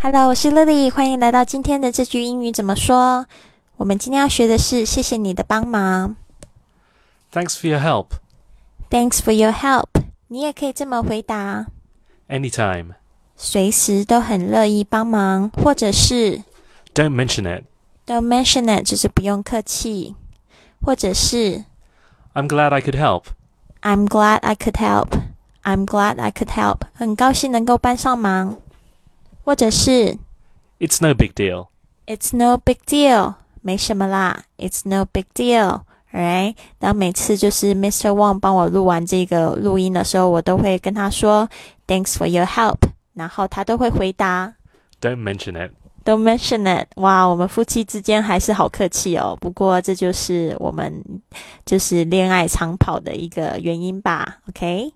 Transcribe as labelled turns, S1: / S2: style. S1: Hello，我是 Lily，欢迎来到今天的这句英语怎么说。我们今天要学的是谢谢你的帮忙
S2: Thanks for your help.
S1: ，Thanks for your help。你也可以这么回答，
S2: Anytime.
S1: 随时都很乐意帮忙，或者是
S2: Don't mention it.
S1: Don't mention it，就是不用客气，或者是
S2: I'm glad I could help.
S1: I'm glad I could help。I'm glad I could help，很高兴能够帮上忙，或者是
S2: It's no big deal.
S1: It's no big deal，没什么啦。It's no big deal，right？然后每次就是 Mr. Wang 帮我录完这个录音的时候，我都会跟他说 Thanks for your help，然后他都会回答
S2: Don't mention it.
S1: Don't mention it。哇，我们夫妻之间还是好客气哦。不过这就是我们就是恋爱长跑的一个原因吧。OK，All、